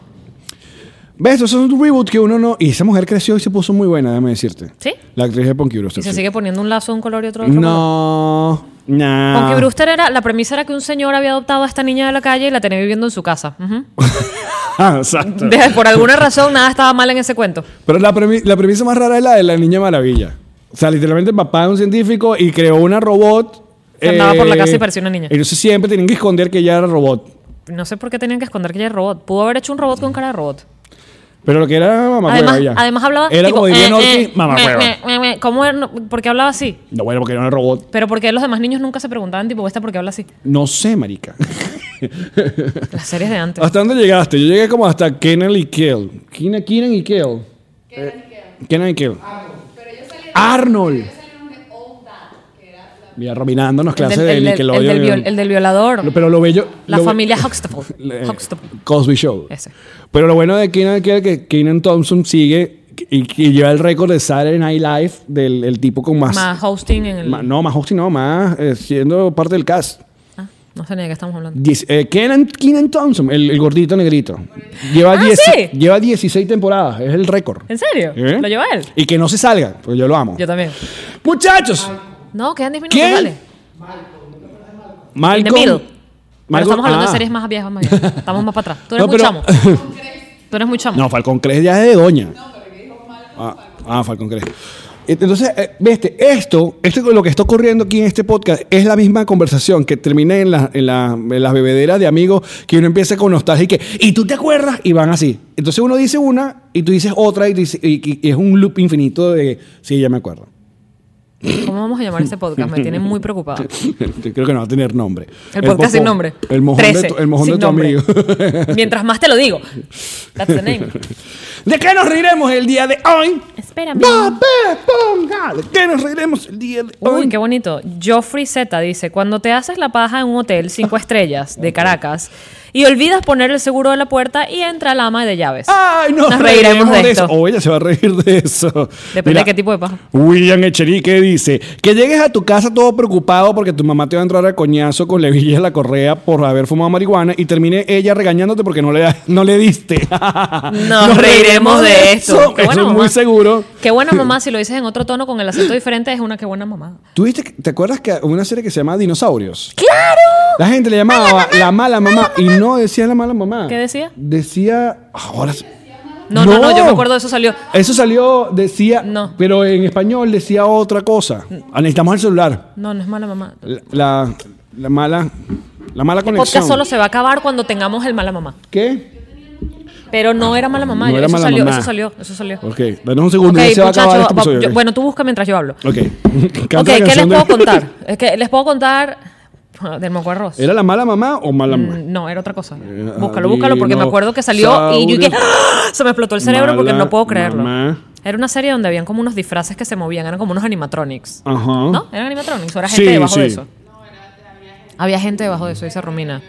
¿Ves? Eso es un reboot que uno no. Y esa mujer creció y se puso muy buena, déjame decirte. ¿Sí? La actriz de Punky Y Brewster. se sí. sigue poniendo un lazo de un color y otro de otro color. No. No. Aunque Brewster era, la premisa era que un señor había adoptado a esta niña de la calle y la tenía viviendo en su casa. Ujú. Ah, exacto. De- por alguna razón nada estaba mal en ese cuento. Pero la, premi- la premisa más rara es la de la Niña Maravilla. O sea, literalmente el papá es un científico y creó una robot. Que andaba por la casa y parecía una niña. Y entonces siempre tienen que esconder que ella era robot. No sé por qué tenían que esconder que ella era robot. Pudo haber hecho un robot con cara de robot. Pero lo que era mamá además, ya. además hablaba. Era tipo, como diría eh, Norty, eh, mamá me, me, me, me. ¿Cómo era? No, ¿Por qué hablaba así? No, bueno, porque era un robot. Pero porque los demás niños nunca se preguntaban, tipo, ¿esta por qué habla así? No sé, marica. Las series de antes. ¿Hasta dónde llegaste? Yo llegué como hasta Kenan y Kel. Kenan, Kenan y Kel. Eh, Kenan y Kel. Arnold. Mira, robinándonos clases el, de del- el Nickelodeon. del viol- el del violador. Pero lo bello. la lo be- familia Huxtable. Le- Huxtable. Cosby Show. Ese. Pero lo bueno de Keenan Kell es que Keenan Thompson sigue y, y lleva el récord de Saturday Night Live del el tipo con más. Más hosting en el. ma- no, más hosting, no, más eh, siendo parte del cast. Ah, no sé ni de qué estamos hablando. Diez- eh, Kenan, Kenan Thompson, el, el gordito negrito. Lleva, Ah, dieci- ¿sí? lleva 16 temporadas, es el récord. ¿En serio? ¿Eh? ¿Lo lleva él? Y que no se salga, porque yo lo amo. Yo también. Muchachos, No, quedan 10 minutos, ¿Quién? vale. In the Malcolm. middle. Pero Malcolm- estamos hablando ah. de series más viejas, más viejas. Estamos más para atrás. Tú eres No, muy pero- chamo. Tú eres muy chamo. No, Falcon Crest ya es de doña. Ah, ah, Falcon Crest. Entonces, eh, veste, esto, esto con lo que está ocurriendo aquí en este podcast es la misma conversación que terminé en, la- en la- en las bebederas de amigos que uno empieza con nostalgia y que, ¿y tú te acuerdas? Y van así. Entonces uno dice una y tú dices otra y, tú dices- y- y- y es un loop infinito de, sí, ya me acuerdo. ¿Cómo vamos a llamar este podcast? Me tiene muy preocupada. Creo que no va a tener nombre. El podcast sin popo- nombre. El mojón 13, de tu, el mojón sin de tu nombre. amigo. Mientras más te lo digo. That's the name. ¿De qué nos riremos el día de hoy? Espérame. Papé, ponga. ¿De qué nos reiremos el día de hoy? Uy, qué bonito. Joffrey Z dice, cuando te haces la paja en un hotel cinco estrellas de Caracas y olvidas poner el seguro de la puerta y entra el ama de llaves. ¡Ay, nos, reiremos, de eso! O ella se va a reír de eso. Depende de qué tipo de paja. William Echerique dice que llegues a tu casa todo preocupado porque tu mamá te va a entrar a coñazo con levilla en la correa por haber fumado marihuana y termine ella regañándote porque no le, no le diste. Ah. Nos, reiremos de esto. Qué Eso buena es muy mamá. seguro. Qué buena mamá, si lo dices en otro tono con el acento diferente, es una qué buena mamá. ¿Tú viste que- ¿Te acuerdas que hubo una serie que se llama Dinosaurios? ¡Claro! La gente le llamaba la mala mamá, y no decía la mala mamá. ¿Qué decía? Decía. Ahora. No, no, no, yo me acuerdo de eso salió. Eso salió, decía. No. Pero en español decía otra cosa. Ah, Necesitamos el celular. No, no es mala mamá. La, la- la mala. La mala El conexión. podcast solo se va a acabar cuando tengamos el mala mamá. ¿Qué? Pero no era mala mamá. No yo- era eso, mala salió, mamá. eso salió, eso salió, Ok, danos un segundo. Ok, ya se va a acabar muchachos, este va- episodio. yo- bueno, tú busca mientras yo hablo. Ok. Ok, Canta la ¿qué les canción de- puedo contar? Es que les puedo contar Del moco arroz. ¿Era la mala mamá o mala mamá? Mm, No, era otra cosa. Eh, Búscalo, búscalo, porque me Adino acuerdo que salió y yo Saurio. dije, ¡Ah! se me explotó el cerebro porque Mala no puedo creerlo. mamá. Era una serie donde habían como unos disfraces que se movían, eran como unos animatronics. Ajá. ¿No? ¿Eran animatronics o era gente Ah, Sí, debajo de sí. eso? Había gente debajo de eso, dice Romina.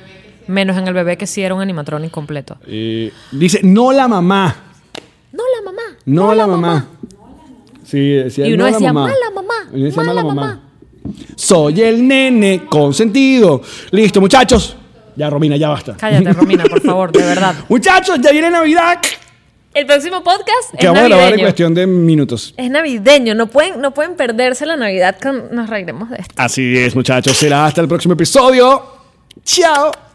Menos en el bebé que sí era un animatronic completo. Eh, dice, no la mamá. No, la mamá. No, la, mamá. Sí, decía, Y uno "No, decía, la mamá. "Mala mamá, Y uno decía, mala "Mala mamá". Soy el nene consentido. Listo, muchachos. Ya, Romina, ya basta. Cállate, Romina, por favor, de verdad. Muchachos, ya viene Navidad. El próximo podcast Que es vamos a grabar en navideño. cuestión de minutos. Es navideño, no pueden, no pueden perderse la Navidad que nos reiremos de esto. Así es, muchachos. Será hasta el próximo episodio. Chao.